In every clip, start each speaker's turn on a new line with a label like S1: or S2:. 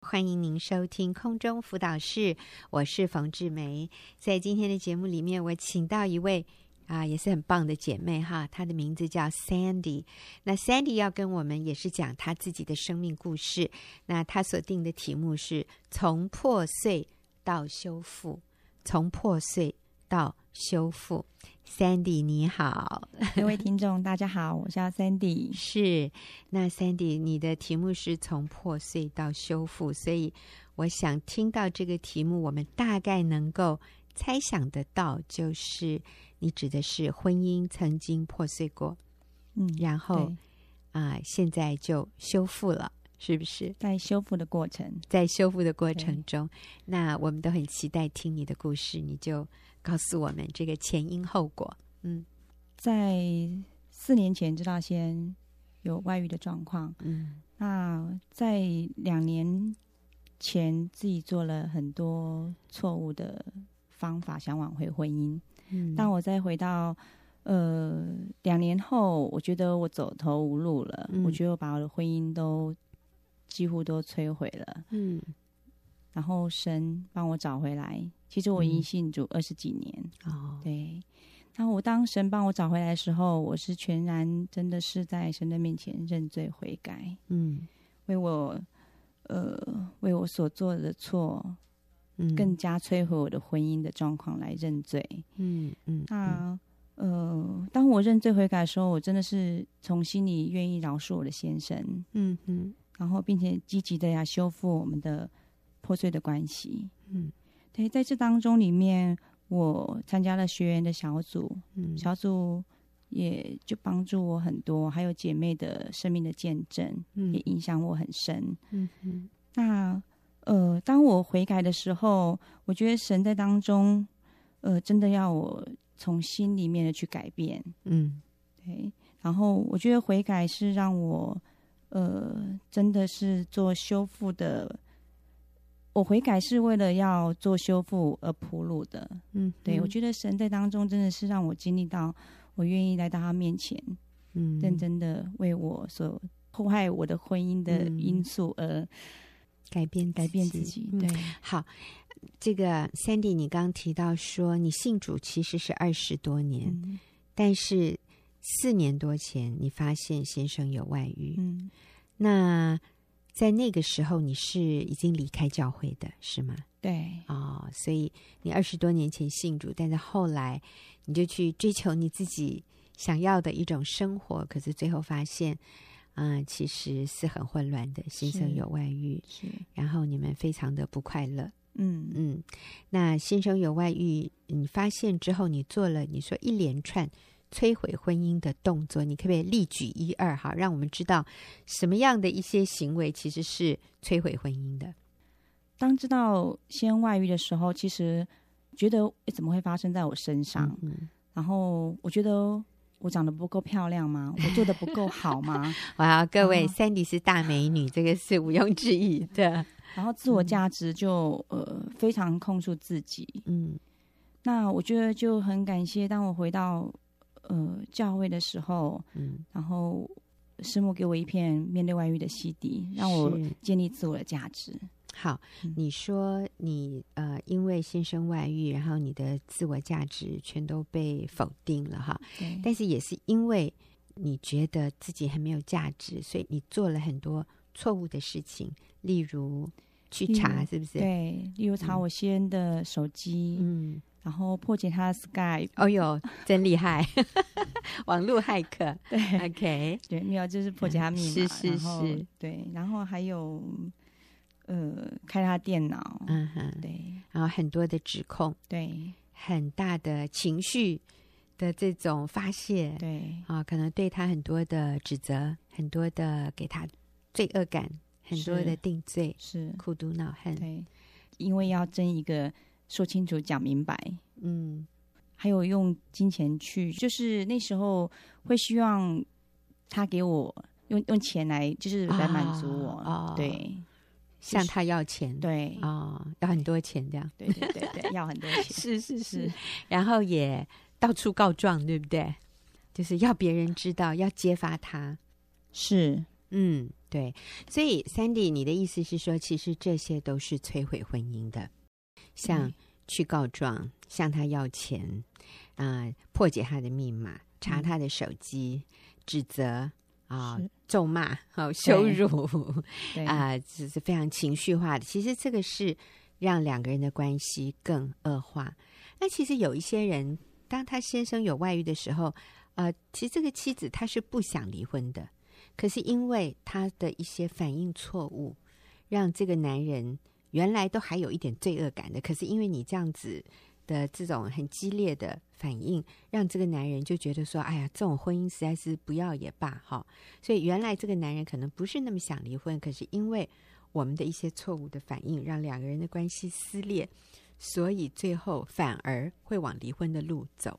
S1: 欢迎您收听空中辅导室，我是冯志梅。在今天的节目里面，我请到一位啊、也是很棒的姐妹哈，她的名字叫 Sandy。那 Sandy 要跟我们也是讲她自己的生命故事。那她所定的题目是从破碎到修复，从破碎到修复。Sandy 你好，
S2: 各位听众，大家好，我叫 Sandy。
S1: 是，那 Sandy，你的题目是从破碎到修复，所以我想听到这个题目，我们大概能够猜想得到，就是你指的是婚姻曾经破碎过，
S2: 嗯，
S1: 然后
S2: 对，
S1: 啊、现在就修复了，是不是？
S2: 在修复的过程，
S1: 在修复的过
S2: 对
S1: 程中，那我们都很期待听你的故事，你就告诉我们这个前因后果。嗯
S2: 在四年前知道先有外遇的状况，
S1: 嗯
S2: 那在两年前自己做了很多错误的方法，想挽回婚姻。
S1: 嗯
S2: 当我再回到呃两年后，我觉得我走投无路了，
S1: 嗯
S2: 我觉得我把我的婚姻都几乎都摧毁了。
S1: 嗯
S2: 然后神帮我找回来。其实我已经信主二十几年，
S1: 哦
S2: 对。那我当神帮我找回来的时候，我是全然真的是在神的面前认罪悔改，
S1: 嗯
S2: 为我呃为我所做的错，
S1: 嗯
S2: 更加摧毁我的婚姻的状况来认罪。
S1: 嗯嗯嗯
S2: 那呃，当我认罪悔改的时候，我真的是从心里愿意饶恕我的先生，
S1: 嗯嗯。
S2: 然后并且积极的呀修复我们的破碎的关系。
S1: 嗯
S2: 对，在这当中里面，我参加了学员的小组，
S1: 嗯
S2: 小组也就帮助我很多，还有姐妹的生命的见证，也
S1: 嗯
S2: 影响我很深。
S1: 嗯嗯
S2: 那呃，当我悔改的时候，我觉得神在当中，呃，真的要我从心里面的去改变。
S1: 嗯
S2: 对，然后我觉得悔改是让我，呃，真的是做修复的。我悔改是为了要做修复而铺路的，
S1: 嗯，
S2: 对我觉得神在当中真的是让我经历到，我愿意来到他面前，
S1: 得嗯
S2: 认真的为我所破坏我的婚姻的
S1: 嗯
S2: 因素而
S1: 改变
S2: 改变自己。
S1: 嗯
S2: 对，
S1: 好，这个 Sandy，你刚提到说你信主其实是二十多年，
S2: 嗯
S1: 但是四年多前你发现先生有外遇，
S2: 嗯，
S1: 那在那个时候你是已经离开教会的是吗？
S2: 对，
S1: 哦，所以你二十多年前信主，但是后来你就去追求你自己想要的一种生活，可是最后发现，啊、其实是很混乱的，先生
S2: 是
S1: 有外遇，
S2: 是，
S1: 然后你们非常的不快乐。
S2: 嗯
S1: 嗯，那先生有外遇，你发现之后，你做了你说一连串摧毁婚姻的动作，你可不可以例举一二哈，让我们知道什么样的一些行为其实是摧毁婚姻的？
S2: 当知道先外遇的时候，其实觉得诶怎么会发生在我身上？
S1: 嗯，
S2: 然后我觉得我长得不够漂亮吗？我做的不够好吗？
S1: 哇，各位、
S2: 哦
S1: s a n d y 是大美女，这个是毋庸置疑 的。
S2: 然后自我价值就呃非常控诉自己，
S1: 嗯
S2: 那我觉得就很感谢，当我回到呃教会的时候，
S1: 嗯，
S2: 然后师母给我一片面对外遇的洗涤，让我
S1: 是
S2: 建立自我的价值。
S1: 好
S2: 嗯。
S1: 你说你呃，因为先生外遇，然后你的自我价值全都被否定了哈。
S2: 对，
S1: 但是也是因为你觉得自己很没有价值，所以你做了很多错误的事情，例如去查，
S2: 例如
S1: 是不是？，
S2: 嗯对，例如查
S1: 嗯
S2: 我先的手机，
S1: 嗯，
S2: 然后破解他的 Skype，
S1: 哦哟，真厉 害，网络骇客。
S2: 对，
S1: OK，
S2: 对，没有，就是破解他密码，
S1: 嗯是是
S2: 然后
S1: 是，
S2: 对，然后还有呃开他电脑，
S1: 嗯哼，
S2: 对
S1: 然后很多的指控，
S2: 对
S1: 很大的情绪的这种发泄
S2: 对，
S1: 啊，可能对他很多的指责，很多的给他罪恶感，很多
S2: 是
S1: 的定罪、
S2: 是，
S1: 苦毒、恼恨。
S2: 对，因为要争一个说清楚、讲明白，
S1: 嗯
S2: 还有用金钱去，就是那时候会希望他给我用用钱来，就是来满足我。
S1: 啊啊
S2: 对
S1: 向
S2: 是
S1: 他要钱，
S2: 对、
S1: 哦，要很多钱这样。
S2: 对对对对，要很多钱。
S1: 是是
S2: 是，
S1: 然后也到处 告状，对不对？就是要别人知道，要揭发他。
S2: 是，
S1: 嗯，对，所以 Sandy，你的意思是说，其实这些都是摧毁婚姻的，像
S2: 对
S1: 去告状，向他要钱，啊、破解他的密码，查
S2: 嗯
S1: 他的手机，指责啊、
S2: 是
S1: 咒骂，好、羞
S2: 对
S1: 辱
S2: 对
S1: 啊、这是非常情绪化的。其实这个是让两个人的关系更恶化。那其实有一些人，当他先生有外遇的时候，呃，其实这个妻子她是不想离婚的，可是因为他的一些反应错误，让这个男人原来都还有一点罪恶感的，可是因为你这样子的这种很激烈的反应，让这个男人就觉得说，哎呀，这种婚姻实在是不要也罢哈。所以原来这个男人可能不是那么想离婚，可是因为我们的一些错误的反应，让两个人的关系撕裂，所以最后反而会往离婚的路走。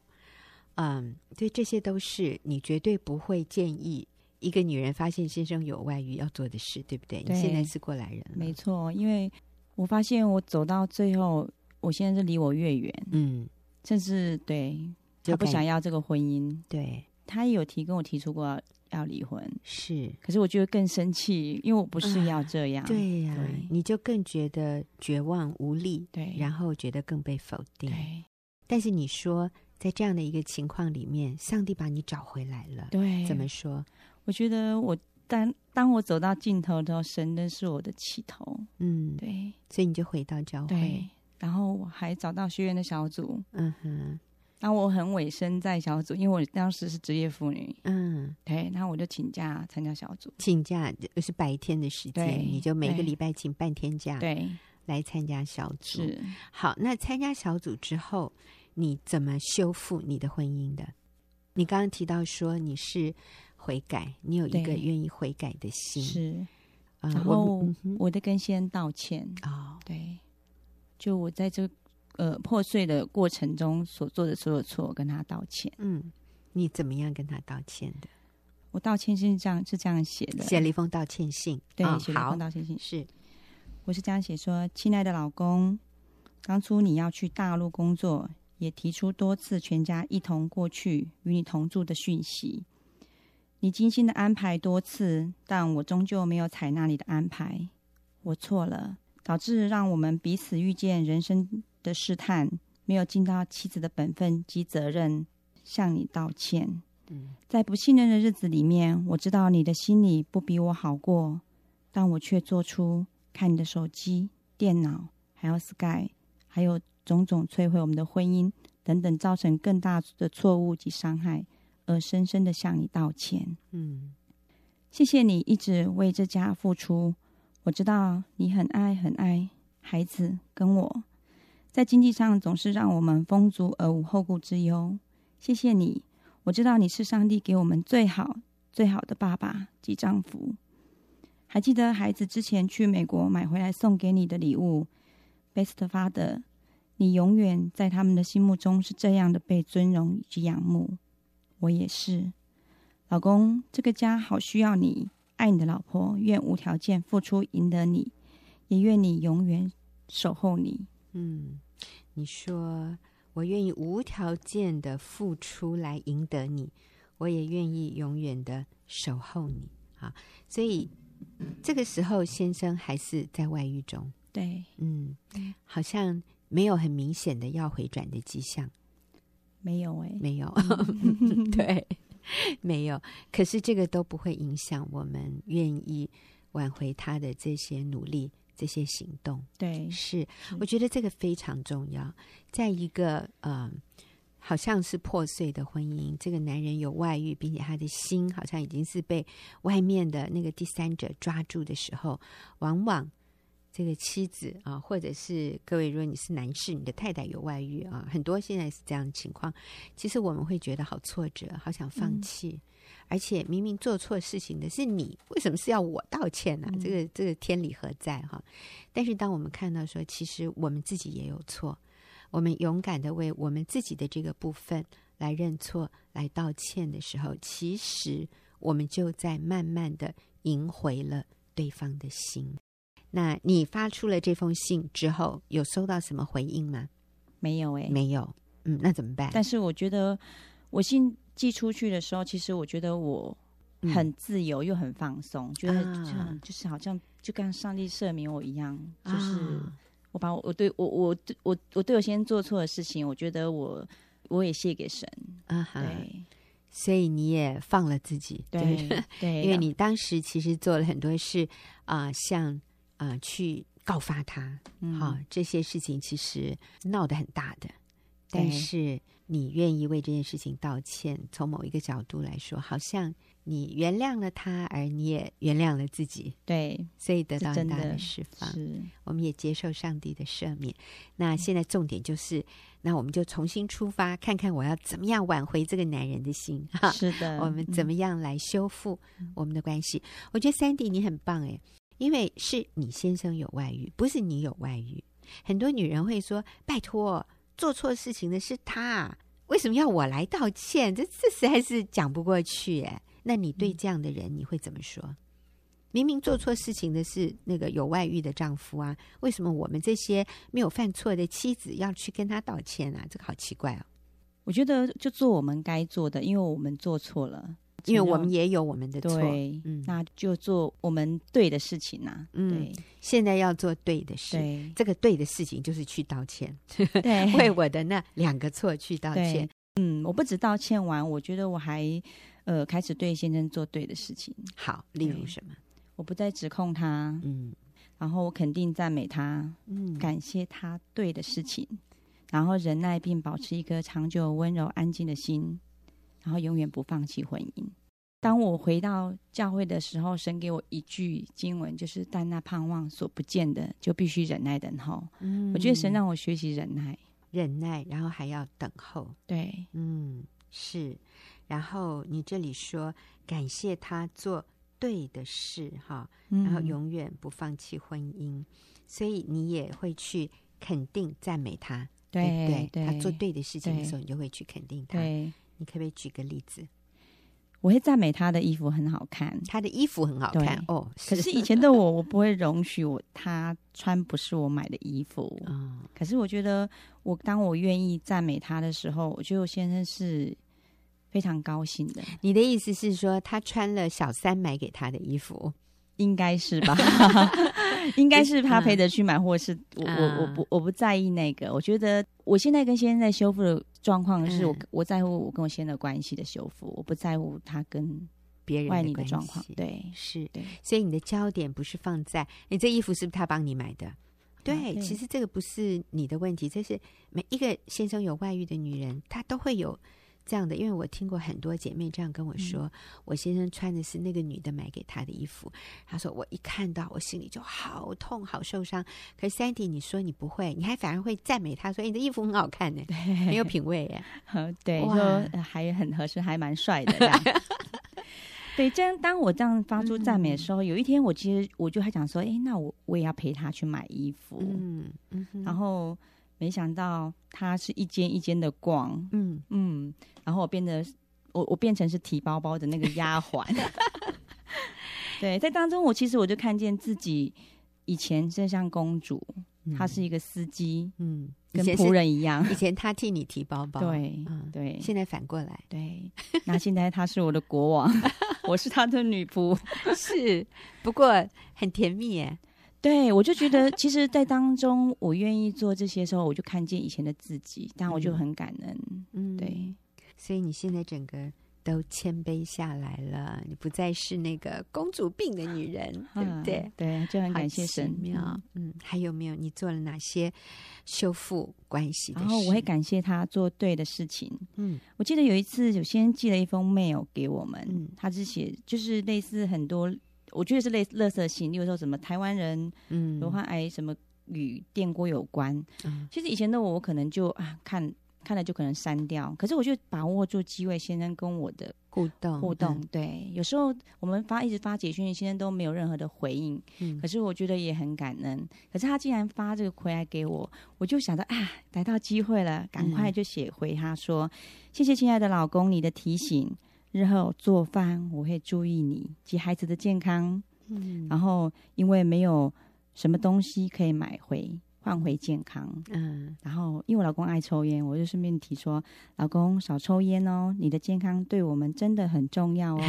S1: 嗯，对，这些都是你绝对不会建议一个女人发现先生有外遇要做的事，对不对？
S2: 对
S1: 你现在是过来人了，
S2: 没错，因为我发现我走到最后，我现在是离我越远，
S1: 嗯，
S2: 甚至对
S1: 就
S2: 他不
S1: 感
S2: 想要这个婚姻，
S1: 对，
S2: 他也有提跟我提出过要要离婚，
S1: 是
S2: 可是我就会更生气，因为我不是要这样，
S1: 对呀、
S2: 啊对
S1: 你就更觉得绝望无力，
S2: 对，
S1: 然后觉得更被否定。
S2: 对
S1: 但是你说，在这样的一个情况里面，上帝把你找回来了。
S2: 对，
S1: 怎么？说？
S2: 我觉得我当当我走到尽头的时候，神真是我的起头，
S1: 嗯，
S2: 对
S1: 所以你就回到教会
S2: 对。。然后我还找到学院的小组，
S1: 嗯哼，
S2: 然后我很委身在小组，因为我当时是职业妇女，
S1: 嗯，
S2: 对，然后我就请假参加小组，
S1: 请假呃就是白天的时间，
S2: 对
S1: 你就每个
S2: 对
S1: 礼拜请半天假
S2: 对，
S1: 来参加小组。
S2: 啊是
S1: 好，那参加小组之后，你怎么修复你的婚姻的？你刚刚提到说你是悔改，你有一个
S2: 对
S1: 愿意悔改的心。
S2: 是，
S1: 呃
S2: 然
S1: 我
S2: 后
S1: 嗯哼
S2: 我得跟先生道歉，
S1: 哦，
S2: 对，就我在这呃破碎的过程中所做的所有错，我跟他道歉。
S1: 嗯，你怎么样跟他道歉的？
S2: 我道歉是这样是这样写的，
S1: 写了一封道歉信，
S2: 对，
S1: 哦
S2: 写了一
S1: 好
S2: 封，道歉信，
S1: 是，
S2: 我是这样写说：亲爱的老公，当初你要去大陆工作，也提出多次全家一同过去与你同住的讯息。你精心的安排多次，但我终究没有采纳你的安排，我错了，导致让我们彼此遇见人生的试探，没有尽到妻子的本分及责任，向你道歉。
S1: 嗯
S2: 在不信任的日子里面，我知道你的心里不比我好过，但我却做出看你的手机、电脑，还有 Sky，还有种种摧毁我们的婚姻等等，造成更大的错误及伤害，而深深的向你道歉。
S1: 嗯
S2: 谢谢你一直为这家付出，我知道你很爱很爱孩子跟我，在经济上总是让我们丰足而无后顾之忧。谢谢你，我知道你是上帝给我们最好最好的爸爸及丈夫。还记得孩子之前去美国买回来送给你的礼物，Best Father，你永远在他们的心目中是这样的被尊荣以及仰慕。我也是，老公，这个家好需要你，爱你的老婆，愿无条件付出赢得你，也愿你永远守候你。
S1: 嗯，你说我愿意无条件的付出来赢得你，我也愿意永远的守候你啊。所以这个时候，先生还是在外遇中，
S2: 对，
S1: 嗯，好像没有很明显的要回转的迹象。
S2: 没有哎、
S1: 没有，欸 对，没有。可是这个都不会影响我们愿意挽回他的这些努力、这些行动。
S2: 对，
S1: 是，我觉得这个非常重要。在一个呃，好像是破碎的婚姻，这个男人有外遇，并且他的心好像已经是被外面的那个第三者抓住的时候，往往这个妻子啊、或者是各位，如果你是男士，你的太太有外遇啊、很多现在是这样的情况。其实我们会觉得好挫折，好想放
S2: 嗯
S1: 弃。而且明明做错事情的是你，为什么是要我道歉呢、
S2: 嗯
S1: 这个这个天理何在哈？但是当我们看到说，其实我们自己也有错，我们勇敢的为我们自己的这个部分来认错、来道歉的时候，其实我们就在慢慢的赢回了对方的心。那你发出了这封信之后，有收到什么回应吗？
S2: 没有哎、
S1: 没有。嗯，那怎么办？
S2: 但是我觉得我信寄出去的时候，其实我觉得我
S1: 嗯
S2: 很自由又很放松，觉得就
S1: 啊
S2: 很就是好像就跟上帝赦免我一样，就是
S1: 啊
S2: 我把我我对我我对我我对我先做错的事情，我觉得我我也谢给神，
S1: 啊哈，
S2: 对
S1: 所以你也放了自己，对不对，
S2: 对对，
S1: 因为你当时其实做了很多事啊、像啊、去告发他，好、
S2: 嗯
S1: 这些事情其实闹得很大的，但
S2: 对
S1: 是你愿意为这件事情道歉，从某一个角度来说，好像你原谅了他，而你也原谅了自己，
S2: 对
S1: 所以得
S2: 是
S1: 到很
S2: 真
S1: 大的
S2: 的
S1: 释放。
S2: 是
S1: 我们也接受上帝的赦免。那现在重点就是，那我们就重新出发，看看我要怎么样挽回这个男人的心。哈，
S2: 是的，嗯
S1: 我们怎
S2: 么
S1: 么样来修复我们的关系？我觉得三弟你很棒诶，因为是你先生有外遇，不是你有外遇。很多女人会说：“拜托，做错事情的是他，为什么要我来道歉？”这这实在是讲不过去诶。那你对这样的人你会怎么说？明明做错事情的是那个有外遇的丈夫啊，为什么我们这些没有犯错的妻子要去跟他道歉啊？这个好奇怪哦，
S2: 我觉得就做我们该做的，因为我们做错了，
S1: 因为
S2: 承认
S1: 我们也有我们的错。
S2: 哦对，
S1: 嗯
S2: 那就做我们对的事情呐，
S1: 嗯现在要做对的事，
S2: 对
S1: 这个对的事情就是去道 歉，
S2: 对对，
S1: 为 我的那两个错去道歉
S2: 对。，嗯，我不止道歉完，我觉得我还呃开始对先生做对的事情，
S1: 好，例如
S2: 对
S1: 什么？
S2: 我不再指控他，
S1: 嗯
S2: 然后我肯定赞美他，
S1: 嗯，
S2: 感谢他对的事情，然后忍耐并保持一颗长久温柔安静的心，然后永远不放弃婚姻。当我回到教会的时候，神给我一句经文，就是“但那盼望所不见的，就必须忍耐等候”
S1: 嗯
S2: 我觉得神让我学习忍耐，
S1: 忍耐，然后还要等候。
S2: 对
S1: 嗯，是。然后你这里说感谢他做对的事，哈，
S2: 嗯
S1: 然后永远不放弃婚姻，所以你也会去肯定赞美他，对
S2: 对
S1: 不对？他做对的事情的
S2: 对
S1: 时候，你就会去肯定他。
S2: 对，
S1: 你可不可以举个例子？
S2: 我会赞美他的衣服很好看，
S1: 他的衣服很好看
S2: 对
S1: 哦，
S2: 可是以前的我，我不会容许我他穿不是我买的衣 服。
S1: 嗯
S2: 可是我觉得我，当我愿意赞美他的时候，我觉得我先生是非常高兴的，
S1: 你的意思是说，他穿了小三买给他的衣服？
S2: 应该是吧？ 应该是他陪着去买，或者是我
S1: 嗯
S2: 我我不我不在意那个。我觉得我现在跟先生在修复的状况是我、
S1: 嗯
S2: 我在乎我跟我先生的关系的修复，我不在乎他跟
S1: 别人
S2: 外
S1: 的
S2: 女的
S1: 关
S2: 状况
S1: 系。
S2: 对
S1: 是，
S2: 对
S1: 所以你的焦点不是放在你这衣服是不是他帮你买的？对，
S2: 啊对
S1: 其实这个不是你的问题，这是每一个先生有外遇的女人，她都会有这样的。因为我听过很多姐妹这样跟我说，
S2: 嗯
S1: 我先生穿的是那个女的买给他的衣服，她说我一看到我心里就好痛好受伤。可是 Sandy，你说你不会，你还反而会赞美她说、哎你的衣服很好看 呢，很有品味耶。
S2: 呃， 对，
S1: 哇
S2: 说呃还很合适，还蛮帅的。这样 对，这样当我这样发出赞美
S1: 嗯
S2: 的时候，有一天我其实我就还想说，诶，那我我也要陪他去买衣服。
S1: 嗯嗯哼，
S2: 然后没想到他是一间一间的逛，
S1: 嗯，
S2: 嗯，然后我变得我我变成是提包包的那个丫鬟。 对，在当中我其实我就看见自己以前就像公主，她是一个司机，
S1: 嗯，以
S2: 跟
S1: 前
S2: 仆
S1: 是
S2: 人一样。
S1: 以前他替你提包包，，
S2: 对
S1: 嗯
S2: 对，
S1: 现在反过 来
S2: 对，那现在他是我的国王， 我是他的女仆。
S1: 是，不过很甜蜜 耶。
S2: 对，我就觉得，其实，在当中，我愿意做这些时候，我就看见以前的自己，但我就
S1: 嗯
S2: 很感恩。
S1: 嗯，
S2: 对，
S1: 所以你现在整个都谦卑下来了，你不再是那个公主病的女 人，对不
S2: 啊
S1: 对？？
S2: 对，就很
S1: 好
S2: 感谢神
S1: 奇。妙
S2: 嗯，
S1: 嗯，还有没有你做了哪些修复关系的事？
S2: 然哦后我会感谢他做对的事情。
S1: 嗯
S2: 我记得有一次，有先寄了一封 mail 给我们，
S1: 嗯
S2: 他是写就是类似很多，我觉得是类似垃圾信，例如说什么台湾人
S1: 嗯，
S2: 罗汉癌什么与电锅有关，
S1: 嗯
S2: 其实以前的我，我可能就啊看看了就可能删掉，可是我就把握住机会，先生跟我的
S1: 互动
S2: 互动。，对，有时候我们发一直发简讯，先生都没有任何的回应，
S1: 嗯
S2: 可是我觉得也很感恩。可是他竟然发这个回来给我，我就想到啊，逮到机会了，赶快就写回他说：“谢谢亲爱的老公，你的提醒。”日后做饭我会注意你及孩子的健康，
S1: 嗯
S2: 然后因为没有什么东西可以买回，换回健康。
S1: 嗯
S2: 然后因为我老公爱抽烟，我就顺便提说，老公少抽烟哦，你的健康对我们真的很重 要哦，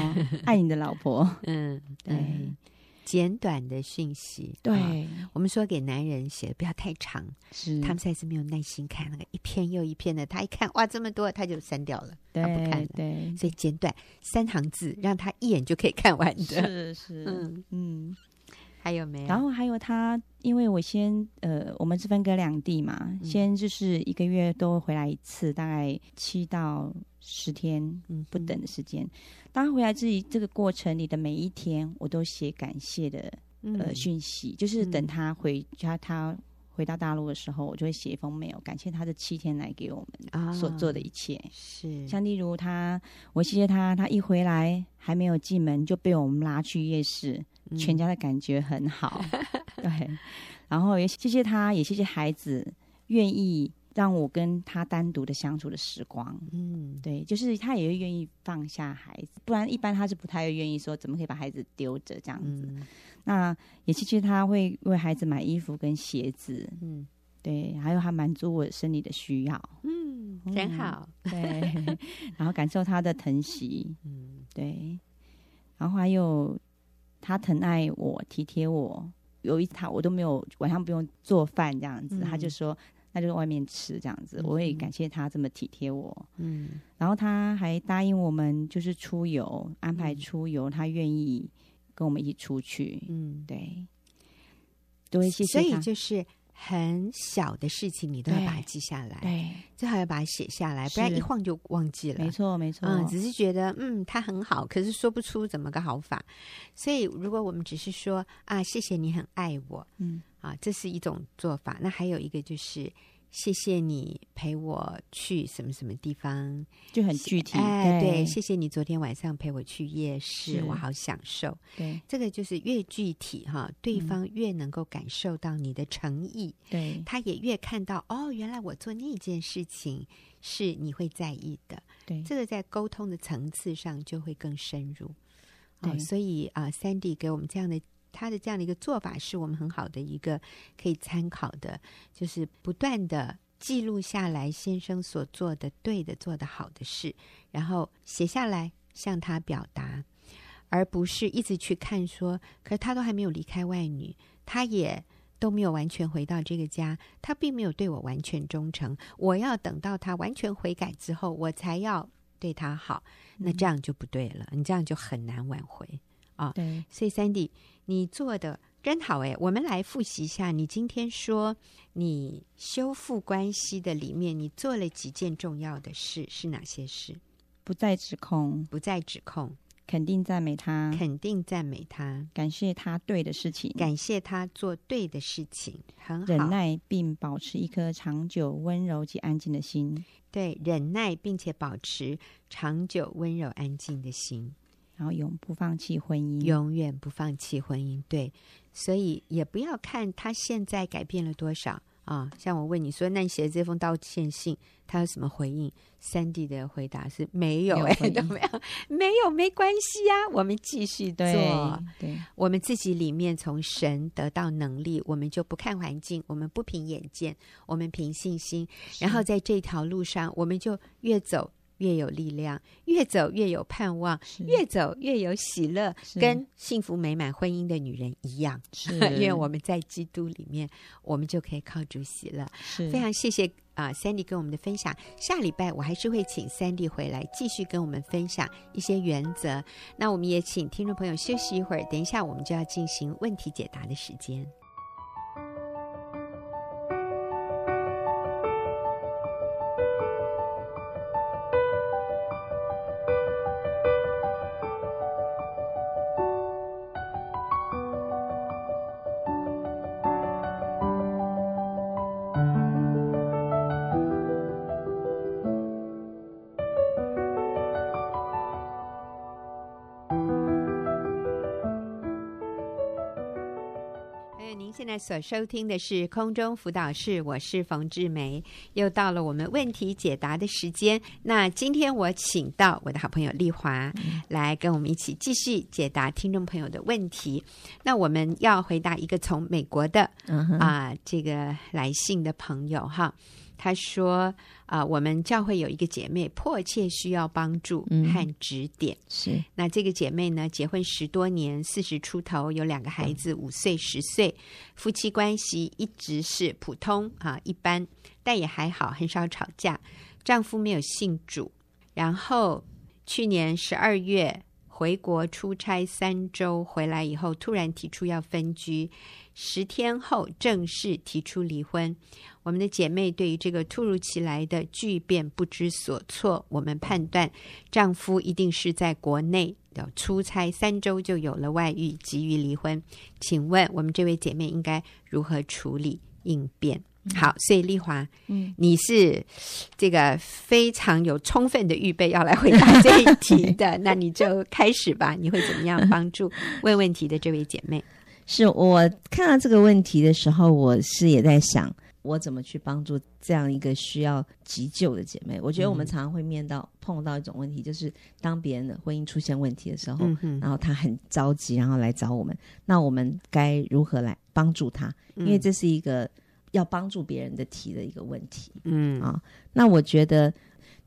S2: 爱你的老婆。
S1: 嗯，
S2: 对、
S1: 嗯简短的讯息，啊
S2: 对，
S1: 我们说给男人写的不要太长，
S2: 是
S1: 他们实在是没有耐心看那个一篇又一篇的，他一看哇这么多，他就删掉了，
S2: 对
S1: 他不看了
S2: 对
S1: 所以简短三行字，让他一眼就可以看完的。
S2: 是是嗯
S1: 嗯，还有没有？
S2: 然后还有他，呃因为我先呃，我们是分隔两地嘛，
S1: 嗯
S2: 先就是一个月都回来一次，大概七到十天
S1: 嗯哼
S2: 不等的时间。当他回来这一这个过程里的每一天，我都写感谢的呃
S1: 嗯
S2: 讯息，就是等
S1: 嗯
S2: 他回他他回到大陆的时候，我就会写一封 mail，感谢他这七天来给我们
S1: 啊
S2: 所做的一切。
S1: 是
S2: 像例如他，我谢谢他，他一回来还没有进门就被我们拉去夜市，全
S1: 家
S2: 家的感觉 很好，对。然后也谢谢他，也谢谢孩子愿意让我跟他单独的相处的时光。
S1: 嗯
S2: 对，就是他也会愿意放下孩子，不然一般他是不太会愿意说怎么可以把孩子丢着这样子。
S1: 嗯
S2: 那也谢谢他会为孩子买衣服跟鞋子，
S1: 嗯
S2: 对，还有他满足我生理的需要，
S1: 嗯，真
S2: 嗯
S1: 好，
S2: 对， 然后感受他的疼惜，
S1: 嗯
S2: 对，然后还有他疼爱我、体贴我。有一他我都没有晚上不用做饭这样
S1: 嗯
S2: 子，他就说那就外面吃这样子，我也
S1: 嗯
S2: 感谢他这么体贴我。
S1: 嗯
S2: 然后他还答应我们就是出游，安排
S1: 嗯
S2: 出游，他愿意跟我们一起出去，
S1: 嗯，
S2: 对，都会谢谢
S1: 所以
S2: 他
S1: 就是很小的事情，你都要
S2: 对
S1: 把它记下来，
S2: 对，
S1: 最好要把它写下来，不然
S2: 是
S1: 一晃就忘记了
S2: 没。错没错，
S1: 嗯，只是觉得嗯，他很好，可是说不出怎么个好法。所以，如果我们只是说啊，谢谢你很爱我
S2: 嗯，
S1: 啊，这是一种做法。那还有一个就是，谢谢你陪我去什么什么地方，
S2: 就很具体，
S1: 哎，对，
S2: 对
S1: 谢谢你昨天晚上陪我去夜市，
S2: 是
S1: 我好享受。
S2: 对
S1: 这个就是越具体哈，对
S2: 嗯
S1: 方越能够感受到你的诚意，
S2: 对
S1: 他也越看到哦，原来我做那件事情是你会在意的。
S2: 对，
S1: 这个在沟通的层次上就会更深入。哦，
S2: 对
S1: 所以啊、s a n d y 给我们这样的他的这样的一个做法，是我们很好的一个可以参考的，就是不断的记录下来先生所做的对的、做的好的事，然后写下来向他表达，而不是一直去看说，可是他都还没有离开外女，他也。都没有完全回到这个家，他并没有对我完全忠诚。我要等到他完全悔改之后，我才要对他好。那这
S2: 样
S1: 样就不对了，你这样就很难挽回。
S2: 对
S1: 所以，Sandy，你做的真好诶，我们来复习一下，你今天说你修复关系的里面，你做了几件重要的事，是哪些事？
S2: 不再指控，
S1: 不再指控，
S2: 肯定赞美他，
S1: 肯定赞美他，
S2: 感谢他对的事情，
S1: 感谢他做对的事情，很
S2: 忍
S1: 好。
S2: 耐并保持一颗长久温柔及安静的心，
S1: 对，忍耐并且保持长久温柔安静的心。
S2: 然后永不放弃婚姻，
S1: 永远不放弃婚姻，对，所以也不要看他现在改变了多少啊。像我问你说，那你写的这封道歉信，他有什么回应？三弟的回答是没有、
S2: 没有
S1: 哎，
S2: 回应
S1: 都没有，没有，没关系呀、我们继续做。
S2: 对对
S1: 我们自己里面从神得到能力，我们就不看环境，我们不凭眼见，我们凭信心。然后在这条路上，我们就越走越有力量，越走越有盼望，
S2: 是
S1: 越走越有喜乐，
S2: 是
S1: 跟 幸福美满婚姻的女人一样，
S2: 是
S1: 因为我们在基督里面，我们就可以靠主喜乐。
S2: 是
S1: 非常谢谢啊、三 s 跟我们的分享。下礼拜我还是会请三 a 回来继续跟我们分享一些原则。那我们也请听众朋友休息一会儿，等一下我们就要进行问题解答的时间。哎，您现在所收听的是空中辅导室，我是冯志梅。又到了我们问题解答的时间。那今天我请到我的好朋友丽华、
S3: 嗯
S1: 来跟我们一起继续解答听众朋友的问题。那我们要回答一个从美国的
S3: 嗯哼，
S1: 啊、这个来信的朋友哈，他说啊、我们教会有一个姐妹迫切需要帮助
S3: 嗯
S1: 和指点。
S3: 是，
S1: 那这个姐妹呢，结婚十多年，四十出头，有两个孩子，五岁、十岁，夫妻关系一直是普通啊，一般，但也还好，很少吵架。丈夫没有信主，然后去年十二月回国出差三周，回来以后突然提出要分居，十天后正式提出离婚。我们的姐妹对于这个突如其来的巨变不知所措，我们判断丈夫一定是在国内有出差三周就有了外遇，急于离婚。请问我们这位姐妹应该如何处理应变？
S3: 嗯
S1: 好，所以丽华，
S2: 嗯，
S1: 你是这个非常有充分的预备要来回答这一题 的，那你就开始吧。你会怎么样帮助问问题的这位姐妹？
S3: 是我看到这个问题的时候，我是也在想，我怎么去帮助这样一个需要急救的姐妹？我觉得我
S1: 嗯
S3: 们常常会面到碰到一种问题，就是当别人的婚姻出现问题的时候，
S1: 嗯哼，
S3: 然后她很着急，然后来找我们，那我们该如何来帮助她？
S1: 嗯
S3: 因为这是一个要帮助别人的题的一个问题。
S1: 嗯
S3: 啊那我觉得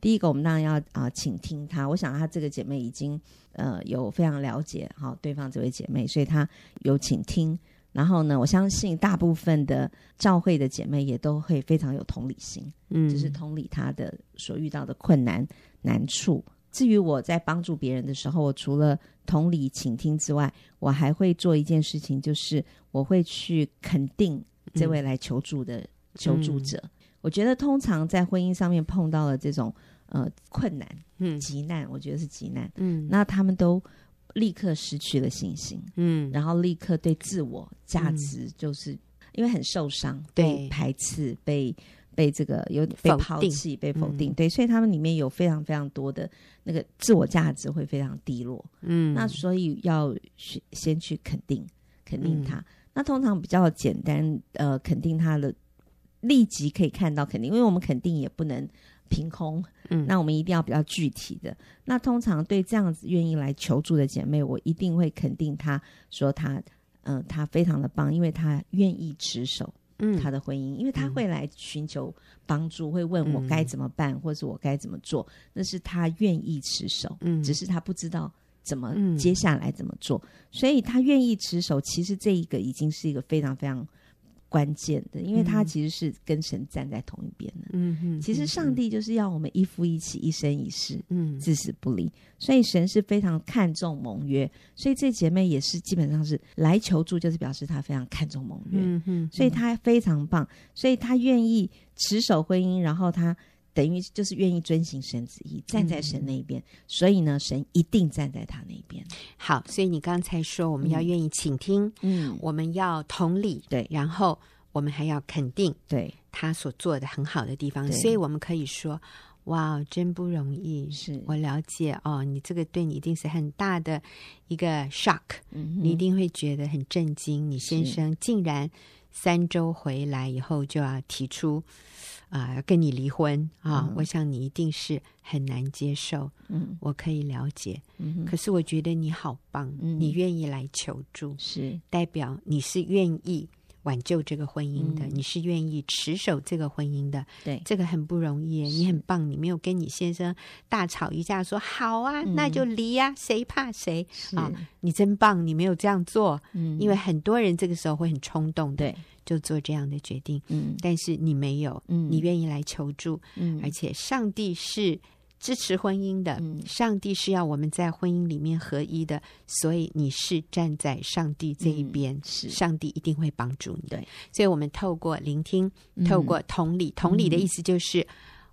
S3: 第一个，我们当然要啊、倾听她。我想她这个姐妹已经呃有非常了解好、对方这位姐妹，所以她有倾听。然后呢，我相信大部分的教会的姐妹也都会非常有同理心，
S1: 嗯，
S3: 就是同理她的所遇到的困难难处。至于我在帮助别人的时候，我除了同理倾听之外，我还会做一件事情，就是我会去肯定这
S1: 嗯
S3: 位来求助的求助者。我觉得通常在婚姻上面碰到了这种呃困难、
S1: 嗯
S3: 急难，我觉得是急难，
S1: 嗯
S3: 那他们都立刻失去了信心，
S1: 嗯
S3: 然后立刻对自我价值就是、因为很受伤，被
S1: 对
S3: 排斥，被被这个有被
S1: 否
S3: 抛
S1: 定
S3: 弃、被否
S1: 嗯
S3: 定，对，所以他们里面有非常非常多的那个自我价值会非常低落。
S1: 嗯，
S3: 那所以要去先去肯定肯定
S1: 嗯
S3: 他。那通常比较简单，呃，肯定他的立即可以看到肯定，因为我们肯定也不能凭空，
S1: 嗯
S3: 那我们一定要比较具体的。那通常对这样子愿意来求助的姐妹，我一定会肯定她，说她。嗯、呃，她非常的棒，因为她愿意持守
S1: 嗯
S3: 她的婚姻，因为她
S1: 嗯
S3: 会来寻求帮助，会问我该怎么办，或是我该怎么做，那是她愿意持守。
S1: 嗯
S3: 只是他不知道怎么
S1: 嗯
S3: 接下来怎么做，所以他愿意持守。其实这一个已经是一个非常非常关键的，因为他
S1: 嗯
S3: 其实是跟神站在同一边的。
S1: 嗯哼，
S3: 其实上帝就是要我们一夫一妻、一生一世，
S1: 嗯
S3: 至死不离。所以神是非常看重盟约，所以这姐妹也是基本上是来求助，就是表示她非常看重盟约。
S1: 嗯哼，
S3: 所以她非常棒，所以她愿意持守婚姻，然后她等于就是愿意遵行神旨意，站在
S1: 嗯
S3: 神那一边，所以呢，神一定站在她那一边。
S1: 好，所以你刚才说我们要
S3: 嗯
S1: 愿意倾听，
S3: 嗯，
S1: 我们要同理，
S3: 对
S1: 然后我们还要肯定
S3: 对，
S1: 他所做的很好的地方，
S3: 对
S1: 所以我们可以说，哇，真不容易。
S3: 是，
S1: 我了解哦，你这个对你一定是很大的一个 shock，、
S3: 嗯哼
S1: 你一定会觉得很震惊。你先
S3: 是
S1: 生竟然三周回来以后就要提出啊、要跟你离婚啊、
S3: 嗯
S1: 我想你一定是很难接受。
S3: 嗯
S1: 我可以了解，
S3: 嗯哼
S1: 可是我觉得你好棒，
S3: 嗯
S1: 你愿意来求助，
S3: 是
S1: 代表你是愿意挽救这个婚姻的，
S3: 嗯
S1: 你是愿意持守这个婚姻的，
S3: 对，
S1: 这个很不容易耶，
S3: 是
S1: 你很棒，你没有跟你先生大吵一架，说好啊，
S3: 嗯
S1: 那就离呀、谁怕谁？
S3: 是
S1: 啊你真棒，你没有这样做，
S3: 嗯
S1: 因为很多人这个时候会很冲动的
S3: 对，
S1: 就做这样的决定，
S3: 嗯
S1: 但是你没有，
S3: 嗯
S1: 你愿意来求助，
S3: 嗯
S1: 而且上帝是支持婚姻的，
S3: 嗯
S1: 上帝是要我们在婚姻里面合一的，所以你是站在上帝这一边，
S3: 嗯是
S1: 上帝一定会帮助你。
S3: 对，嗯
S1: 所以我们透过聆听，嗯透过同理，同理的意思就是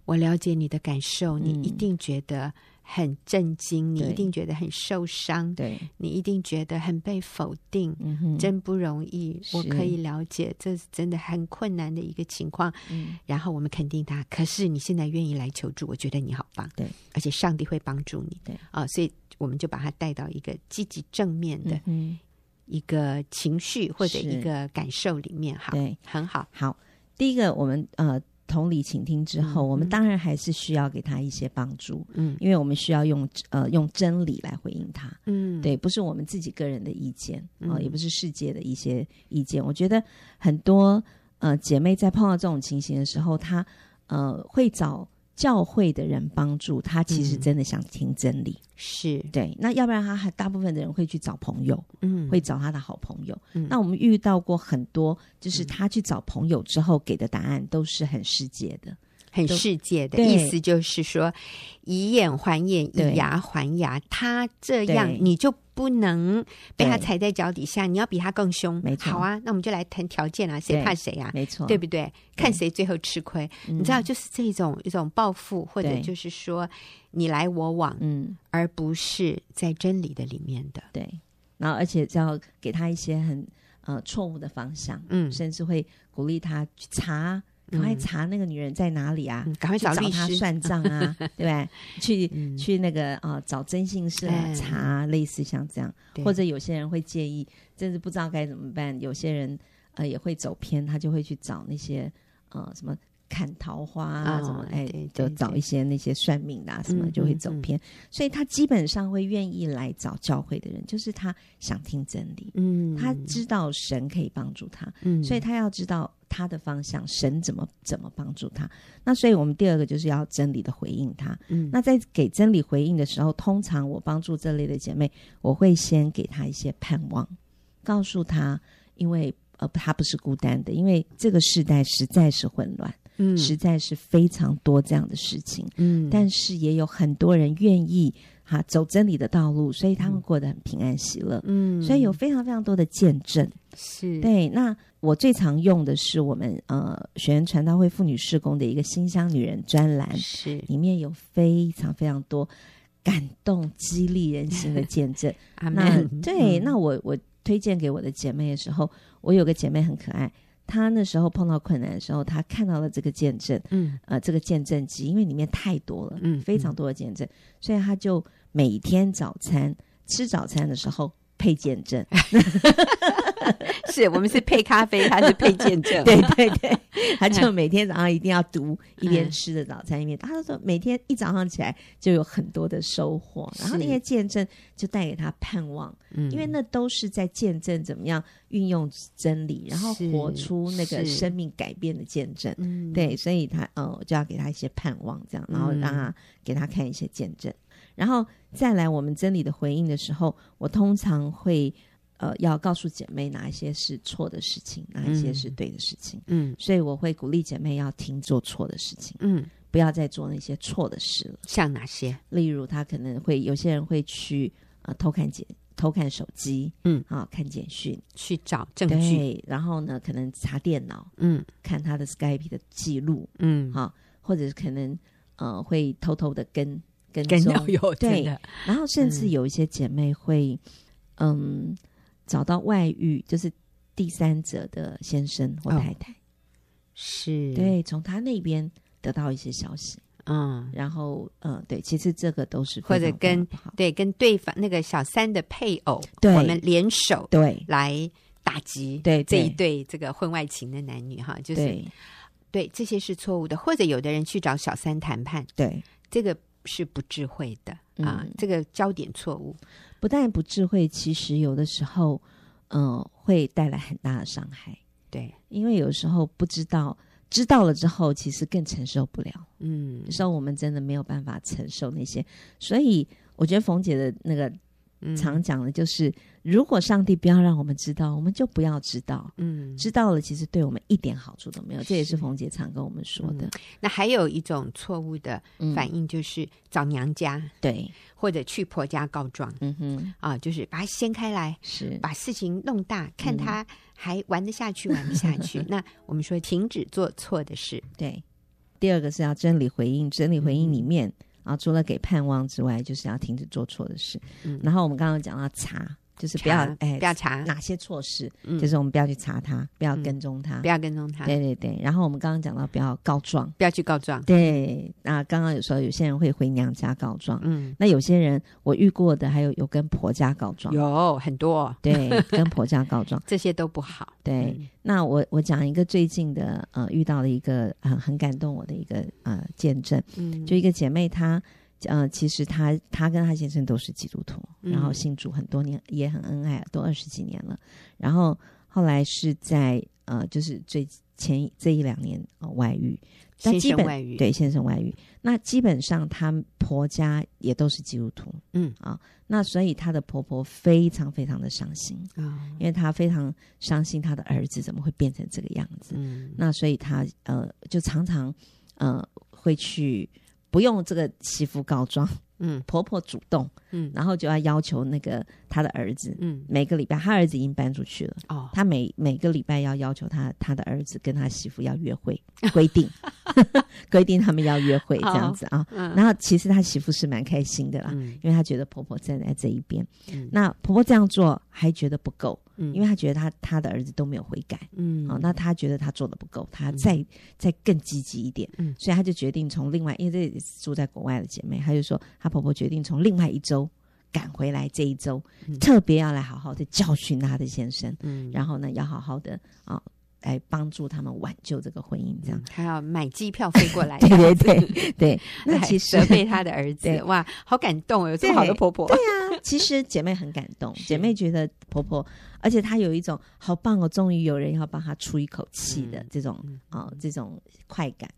S1: 我了解你的感受，你
S3: 嗯
S1: 一定觉得很震惊，你
S3: 对
S1: 一定觉得很受伤，
S3: 对，
S1: 你一定觉得很被否定。
S3: 嗯哼，
S1: 真不容易，
S3: 是
S1: 我可以了解，这是真的很困难的一个情况。
S3: 嗯
S1: 然后我们肯定他，可是你现在愿意来求助，我觉得你好棒，
S3: 对，
S1: 而且上帝会帮助你，
S3: 对
S1: 啊、所以我们就把他带到一个积极正面的
S3: 嗯哼
S1: 一个情绪或者
S3: 是
S1: 一个感受里面哈。
S3: 对，
S1: 很好，
S3: 好，第一个我们呃同理倾听之后，
S1: 嗯
S3: 我们
S1: 嗯
S3: 当然还是需要给他一些帮助，
S1: 嗯
S3: 因为我们需要用呃用真理来回应他。
S1: 嗯，
S3: 对，不是我们自己个人的意见啊、
S1: 嗯
S3: 也不是世界的一些意见。我觉得很多呃姐妹在碰到这种情形的时候，她呃会找教会的人帮助，她其实
S1: 嗯
S3: 真的想听真理。
S1: 是，
S3: 对，那要不然她还大部分的人会去找朋友，
S1: 嗯，
S3: 会找她的好朋友。
S1: 嗯
S3: 那我们遇到过很多，就是她去找朋友之后给的答案都是很世界的。
S1: 很
S3: 就
S1: 世界的
S3: 对
S1: 意思，就是说以眼还眼，
S3: 对
S1: 以牙还牙。他这样
S3: 对
S1: 你就不能被他
S3: 对
S1: 踩在脚底下，你要比他更凶。
S3: 没错
S1: 好啊，那我们就来谈条件啊，谁
S3: 对
S1: 怕谁啊？
S3: 没错，
S1: 对不对？看谁最后吃亏，
S3: 嗯
S1: 你知道，就是这种一种报复，或者
S3: 对
S1: 就是说你来我往，
S3: 嗯。
S1: 而不是在真理的里面的。
S3: 对，然后而且这要给他一些很呃错误的方向，
S1: 嗯
S3: 甚至会鼓励他去查，赶快查那个女人在哪里啊，
S1: 嗯，赶快
S3: 去
S1: 找
S3: 找
S1: 律
S3: 他
S1: 师。
S3: 算账啊， 对不对？去、
S1: 嗯
S3: 去那个啊、呃找征信社啊
S1: 哎
S3: 查，类似像这样，
S1: 对
S3: 或者有些人会建议，真是不知道该怎么办，有些人呃也会走偏，他就会去找那些呃什么。砍桃花啊，
S1: 哦
S3: 什么哎
S1: 对，
S3: 就
S1: 对
S3: 找
S1: 对
S3: 一些那些算命的啊，什么
S1: 嗯
S3: 就会
S1: 嗯
S3: 走
S1: 嗯
S3: 偏，所以他基本上会愿意来找教会的人，就是他想听真理，
S1: 嗯，
S3: 他知道神可以帮助他，
S1: 嗯，
S3: 所以他要知道他的方向，神怎么怎么帮助他。那所以我们第二个就是要真理的回应他。
S1: 嗯
S3: 那在给真理回应的时候，通常我帮助这类的姐妹，我会先给她一些盼望，告诉她，因为呃她不是孤单的，因为这个时代实在是混乱，
S1: 嗯
S3: 实在是非常多这样的事情。
S1: 嗯，
S3: 但是也有很多人愿意哈、走真理的道路，所以他们过得很平安喜乐。
S1: 嗯，
S3: 所以有非常非常多的见证。
S1: 是
S3: 对，那我最常用的是我们呃学员传道会妇女事工的一个新乡女人专栏，
S1: 是
S3: 里面有非常非常多感动、激励人心的见证。
S1: 阿
S3: 那
S1: 门。
S3: 对，
S1: 嗯
S3: 那我我推荐给我的姐妹的时候，我有个姐妹很可爱，她那时候碰到困难的时候，她看到了这个见证，
S1: 嗯
S3: 呃，这个见证集，因为里面太多了，
S1: 嗯
S3: 非常多的见证，所以她就每天早餐吃早餐的时候配见证。
S1: 嗯是我们是配咖啡，他是配见 证。
S3: 对对对，他就每天早上一定要读，一边
S1: 嗯
S3: 吃着早餐一边，他就说每天一早上起来就有很多的收获，然后那
S1: 是
S3: 些见证就带给他盼望，
S1: 嗯，
S3: 因为那都是在见证怎么样运用真理，然后
S1: 是
S3: 活出那个
S1: 是
S3: 生命改变的见证。
S1: 嗯
S3: 对，所以他呃，我就要给他一些盼望，这样，然后
S1: 嗯
S3: 让他给他看一些见证，然后再来我们真理的回应的时候，我通常会呃要告诉姐妹哪一些是错的事情，哪一些是
S1: 嗯
S3: 对的事情，
S1: 嗯
S3: 所以我会鼓励姐妹要停做错的事情，
S1: 嗯，
S3: 不要再做那些错的事了。
S1: 像哪些？
S3: 例如，她可能会有些人会去呃偷看简偷看手机，
S1: 嗯
S3: 啊，看简讯，
S1: 去找证据。
S3: 对，然后呢，可能查电脑，
S1: 嗯
S3: 看她的 Skype 的记录，
S1: 嗯，
S3: 好，或者是可能呃会偷偷的跟跟
S1: 跟
S3: 踪，
S1: 要有真
S3: 对
S1: 的，
S3: 然后甚至
S1: 嗯
S3: 有一些姐妹会嗯找到外遇，就是第三者的先生或
S1: 哦嗯
S3: 太太，
S1: 是，，
S3: 对，从他那边得到一些消息，
S1: 嗯，
S3: 然后呃对，其实这个都是非
S1: 或者
S3: 常非常
S1: 跟
S3: 不好
S1: 对，跟对方那个小三的配偶，
S3: 对
S1: 我们联手
S3: 对
S1: 来打击
S3: 对
S1: 这一
S3: 对
S1: 对这个婚外情的男女哈，就是
S3: 对
S1: 对这些是错误的，或者有的人去找小三谈判，
S3: 对，
S1: 这个是不智慧的啊
S3: 嗯，
S1: 这个焦点错误。
S3: 不但不智慧，其实有的时候嗯、呃会带来很大的伤害，
S1: 对，
S3: 因为有时候不知道。知道了之后，其实更承受不了。
S1: 嗯
S3: 有时候我们真的没有办法承受那些，所以我觉得冯姐的那个
S1: 嗯
S3: 常讲的就是，如果上帝不要让我们知道，我们就不要知道。
S1: 嗯
S3: 知道了，其实对我们一点好处都没有，这也是
S1: 是
S3: 冯姐常跟我们说的。
S1: 那还有一种错误的
S3: 嗯
S1: 反应就是找娘家、
S3: 对，
S1: 或者去婆家告状
S3: 嗯哼，
S1: 啊，就是把它掀开来，
S3: 是，
S1: 把事情弄大，看他
S3: 嗯
S1: 还玩得下去，玩不下 去。那我们说停止做错的事，
S3: 对。第二个是要真理回应，真理回
S1: 嗯
S3: 应里面、啊，除了给盼望之外，就是要停止做错的事。
S1: 嗯
S3: 然后我们刚刚讲到查就是不要
S1: 查
S3: 哎
S1: 不要查，
S3: 哪些措施，
S1: 嗯
S3: 就是我们不要去查它，不要
S1: 嗯
S3: 跟踪它。
S1: 不要跟踪他，
S3: 对对对，然后我们刚刚讲到不要告状，
S1: 不要去告状。
S3: 对，那刚刚有时候有些人会回娘家告状，
S1: 嗯，
S3: 那有些人我遇过的还有有跟婆家告状，
S1: 有很多
S3: 对，跟婆家 告状，
S1: 这些都不好。
S3: 对。
S1: 嗯
S3: 那我我讲一个最近的呃遇到的一个啊、呃很感动我的一个呃见证，
S1: 嗯，
S3: 就一个姐妹她。呃，其实她她跟她先生都是基督徒，
S1: 嗯
S3: 然后信主很多年，也很恩爱，都二十几年了。然后后来是在呃，就是最前这一两年、呃、外遇，但
S1: 先
S3: 基
S1: 生
S3: 本
S1: 外语，
S3: 对先生外遇。那基本上她婆家也都是基督徒，
S1: 嗯
S3: 啊，那所以她的婆婆非常非常的伤心，
S1: 啊，
S3: 因为她非常伤心她的儿子怎么会变成这个样子。
S1: 嗯，
S3: 那所以她呃，就常常呃会去不用这个媳妇告状，
S1: 嗯
S3: 婆婆主动，
S1: 嗯
S3: 然后就要要求那个她的儿子。
S1: 嗯，
S3: 每个礼拜，她儿子已经搬出去了。
S1: 哦，
S3: 她每每个礼拜要要求她她的儿子跟她媳妇要约会， 规定规定他们要约会这样子啊。
S1: 嗯
S3: 然后其实她媳妇是蛮开心的啦，
S1: 嗯
S3: 因为她觉得婆婆站在这一边。
S1: 嗯
S3: 那婆婆这样做还觉得不够，
S1: 嗯
S3: 因为她觉得她她的儿子都没有悔改，
S1: 嗯
S3: 哦，那她觉得她做的不够，她
S1: 嗯
S3: 再、再更积极一点，
S1: 嗯
S3: 所以她就决定从另外，因为这里是住在国外的姐妹，她就说她婆婆决定从另外一周赶回来这一周，
S1: 嗯
S3: 特别要来好好的教训她的先生，
S1: 嗯，
S3: 然后呢，要好好的啊、来帮助他们挽救这个婚姻，这样。
S1: 嗯还要买机票飞过来
S3: ，对嗯对对 对，那
S1: 还
S3: 其实
S1: 责备他的儿子
S3: 对，
S1: 哇，好感动哦，有这么好的
S3: 对啊
S1: 婆婆，
S3: 其实姐妹很感动，
S1: 是
S3: 姐妹觉得婆婆，而且她有一种好棒哦，终于有人要帮她出一口气的
S1: 嗯
S3: 这种
S1: 嗯
S3: 啊、这种快感。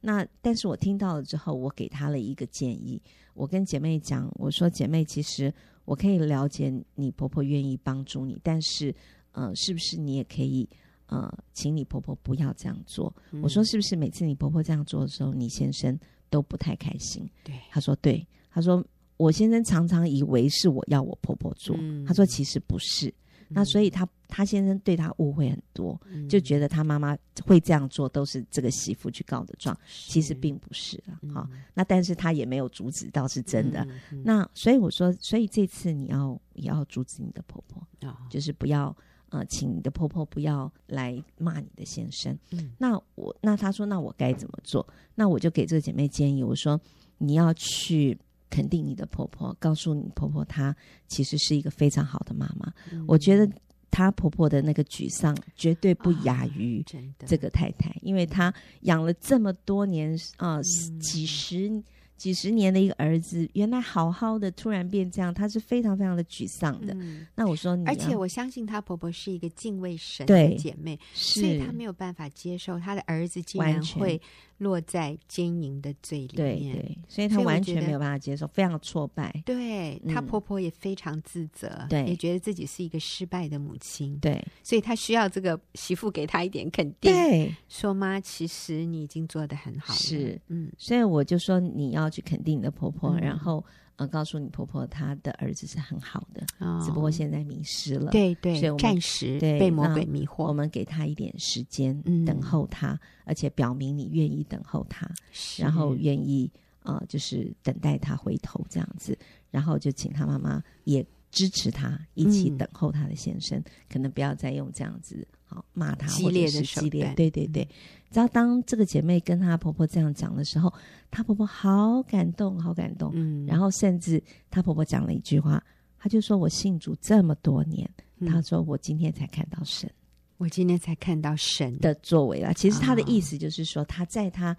S3: 那但是我听到了之后，我给她了一个建议，我跟姐妹讲，我说姐妹，其实我可以了解你婆婆愿意帮助你，但是呃，是不是你也可以呃，请你婆婆不要这样做？我说
S1: 嗯
S3: 是不是每次你婆婆这样做的时候，你先生都不太开心？
S1: 对，
S3: 她说对，她说我先生常常以为是我要我婆婆做，
S1: 嗯
S3: 她说其实不是。那所以她她先生对她误会很多，
S1: 嗯
S3: 就觉得她妈妈会这样做都是这个媳妇去告的状，其实并不是啊。
S1: 嗯
S3: 好、那但是她也没有阻止到是真的。，
S1: 嗯
S3: 那所以我说，所以这次你要也要阻止你的婆婆，
S1: 嗯哦
S3: 就是不要呃，请你的婆婆不要来骂你的先生。
S1: 嗯
S3: 那我那她说，那我该怎么做？那我就给这个姐妹建议，我说你要去肯定你的婆婆，告诉你婆婆她其实是一个非常好的妈妈。
S1: 嗯
S3: 我觉得她婆婆的那个沮丧绝对
S1: 啊
S3: 不亚于。
S1: 真的
S3: 这个太太，因为她养了这么多年啊、十
S1: 嗯
S3: 几十几十年的一个儿子，原来好好的突然变这样，她是非常非常的沮丧的。
S1: 嗯
S3: 那我说你要，
S1: 而且我相信她婆婆是一个敬畏神
S3: 对
S1: 的姐妹，所以
S3: 是
S1: 她没有办法接受她的儿子竟
S3: 完
S1: 然
S3: 全
S1: 会落在奸淫的罪里
S3: 对
S1: 面。
S3: 对，所以她
S1: 所以我
S3: 完
S1: 觉
S3: 全
S1: 得
S3: 没有办法接受，非常的挫败。
S1: 对她
S3: 嗯
S1: 婆婆也非常自责，
S3: 对
S1: 也觉得自己是一个失败的母亲，
S3: 对
S1: 所以她需要这个媳妇给她一点肯定，
S3: 对，
S1: 说妈，其实你已经做得很好了，
S3: 是，
S1: 嗯
S3: 所以我就说你要去肯定你的婆婆，
S1: 嗯
S3: 然后呃告诉你婆婆她的儿子是很好的，
S1: 哦
S3: 只不过现在迷失了。
S1: 对
S3: 所以
S1: 对
S3: 我，们
S1: 暂时
S3: 对
S1: 被魔
S3: 那
S1: 鬼迷
S3: 我
S1: 惑，
S3: 们给她一点时间
S1: 嗯
S3: 等候她，而且表明你愿意等候她。
S1: 是
S3: 然后愿意呃，就是等待他回头这样子，然后就请他妈妈也支持他，一起
S1: 嗯
S3: 等候他的先生，可能不要再用这样子好骂他
S1: 激
S3: 或者
S1: 烈的
S3: 是
S1: 手
S3: 激烈，
S1: 段嗯
S3: 对对对。只要当这个姐妹跟她婆婆这样讲的时候，她婆婆好感动，好感动。
S1: 嗯，
S3: 然后甚至她婆婆讲了一句话，她就说：“我信主这么多年，
S1: 嗯
S3: 她说我今天才看到神。”
S1: 我今天才看到神
S3: 的作为啦。其实他的
S1: 啊嗯
S3: 意思就是说，他在他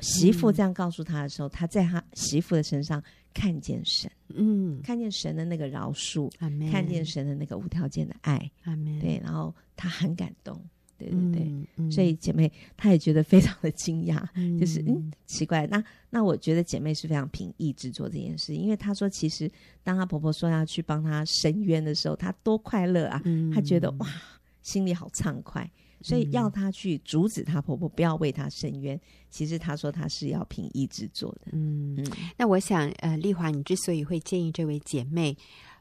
S3: 媳妇这样告诉他的时候，他在他媳妇的身上看见神，
S1: 嗯，
S3: 看见神的那个饶恕，
S1: 阿门，
S3: 看见神的那个无条件的爱，
S1: 阿门，
S3: 对，然后他很感动，对对
S1: 哎嗯，
S3: 对。
S1: 嗯
S3: 所以姐妹她也觉得非常的惊讶， 就是嗯
S1: 嗯
S3: 奇怪。那那我觉得姐妹是非常平易制作这件事，因为她说其实当她婆婆说要去帮她伸冤的时候，她多快乐啊！
S1: 嗯
S3: 她觉得哇，心里好畅快。所以要她去阻止她婆婆不要为她伸冤，其实她说她是要平易制作的。
S1: 嗯
S3: 嗯，
S1: 那我想，呃，丽华，你之所以会建议这位姐妹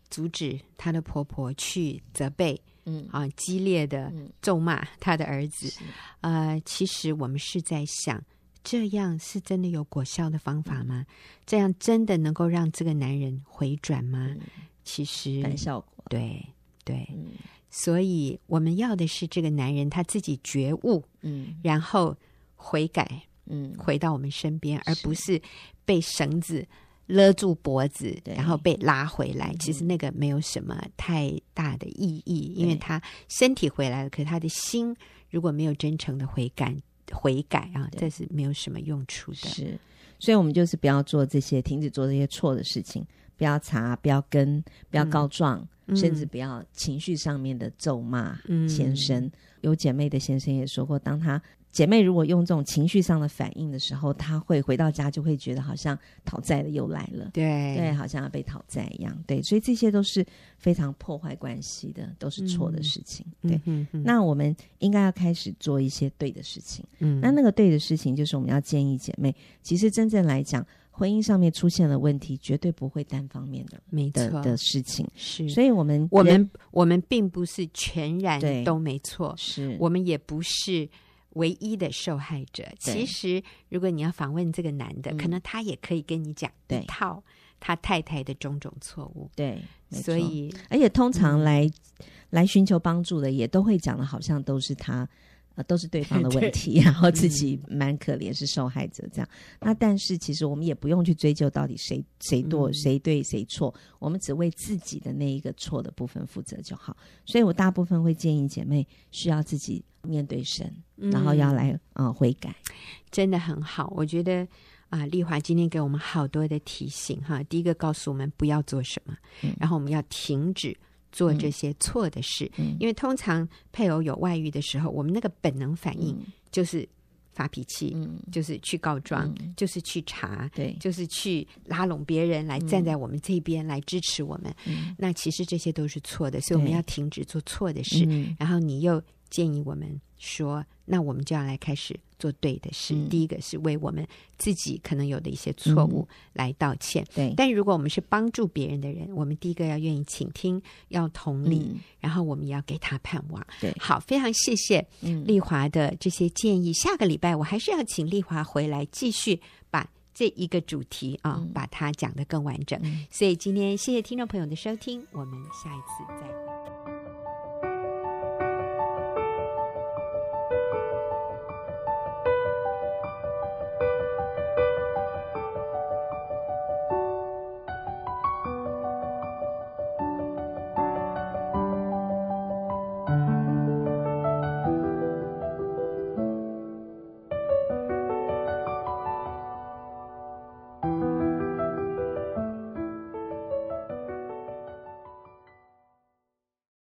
S1: 阻止她的婆婆去责备
S3: 嗯，
S1: 啊、激烈的
S3: 嗯
S1: 咒骂她的儿子，
S3: 是
S1: 呃，其实我们是在想，这样是真的有果效的方法吗？这样真的能够让这个男人回转吗？
S3: 嗯
S1: 其实
S3: 反效果
S1: 对对，
S3: 嗯
S1: 所以我们要的是这个男人他自己觉悟，
S3: 嗯
S1: 然后悔改，
S3: 嗯，
S1: 回到我们身边，而
S3: 是
S1: 不是被绳子勒住脖子，
S3: 对
S1: 然后被拉回来。其实
S3: 嗯
S1: 那个没有什么太大的意义，因为
S3: 对
S1: 他身体回来了，可是他的心如果没有真诚的悔改。悔改啊，
S3: 对
S1: 这是没有什么用处的。
S3: 是，所以我们就是不要做这些，停止做这些错的事情，不要查，不要跟，不要告状，
S1: 嗯
S3: 甚至不要情绪上面的咒骂
S1: 嗯
S3: 先生。有姐妹的先生也说过，当他姐妹如果用这种情绪上的反应的时候，她会回到家就会觉得好像讨债的又来了。
S1: 对
S3: 对，好像要被讨债一样，对，所以这些都是非常破坏关系的，都是错的
S1: 嗯
S3: 事情。对，
S1: 嗯哼哼
S3: 那我们应该要开始做一些对的事情。
S1: 嗯
S3: 那那个对的事情，就是我们要建议姐妹，其实真正来讲，婚姻上面出现了问题，绝对不会单方面的
S1: 没错
S3: 的的事情。
S1: 是，
S3: 所以我们
S1: 我
S3: 人
S1: 们我们并不是全然
S3: 对
S1: 都没错，
S3: 是
S1: 我们也不是唯一的受害者。其实，如果你要访问这个男的，
S3: 嗯
S1: 可能他也可以跟你讲
S3: 对
S1: 一套他太太的种种错误。
S3: 对，没错
S1: 所以，
S3: 而且通
S1: 嗯
S3: 常来、来寻求帮助的，也都会讲的好像都是他。呃，都是对方的
S1: 对嗯
S3: 问题，然后自己蛮可怜，是受害者这样。那但是其实我们也不用去追究到底谁谁对、
S1: 嗯
S3: 谁对谁错，我们只为自己的那一个错的部分负责就好。所以我大部分会建议姐妹需要自己面对神，然后要
S1: 嗯
S3: 来呃悔改。
S1: 真的很好，我觉得啊、丽华今天给我们好多的提醒哈。第一个告诉我们不要做什么，
S3: 嗯
S1: 然后我们要停止做这些错的事，
S3: 嗯
S1: 因为通常配偶有外遇的时候，我们那个本能反应就是发脾气，
S3: 嗯，
S1: 就是去告状，就是去查。
S3: 对，
S1: 就是去拉拢别人来站在我们这边来支持我们，
S3: 嗯
S1: 那其实这些都是错的，所以我们
S3: 对
S1: 要停止做错的事。
S3: 嗯
S1: 然后你又建议我们说，那我们就要来开始做对的事。
S3: 嗯
S1: 第一个是为我们自己可能有的一些错误来道歉，
S3: 对，
S1: 但如果我们是帮助别人的人，我们第一个要愿意倾听，要同理，
S3: 嗯
S1: 然后我们也要给他盼望。
S3: 对
S1: 好，非常谢谢
S3: 嗯
S1: 丽华的这些建议。下个礼拜我还是要请丽华回来继续把这一个主题啊，
S3: 嗯
S1: 把它讲得更完整。
S3: 嗯
S1: 所以今天谢谢听众朋友的收听，我们下一次再会。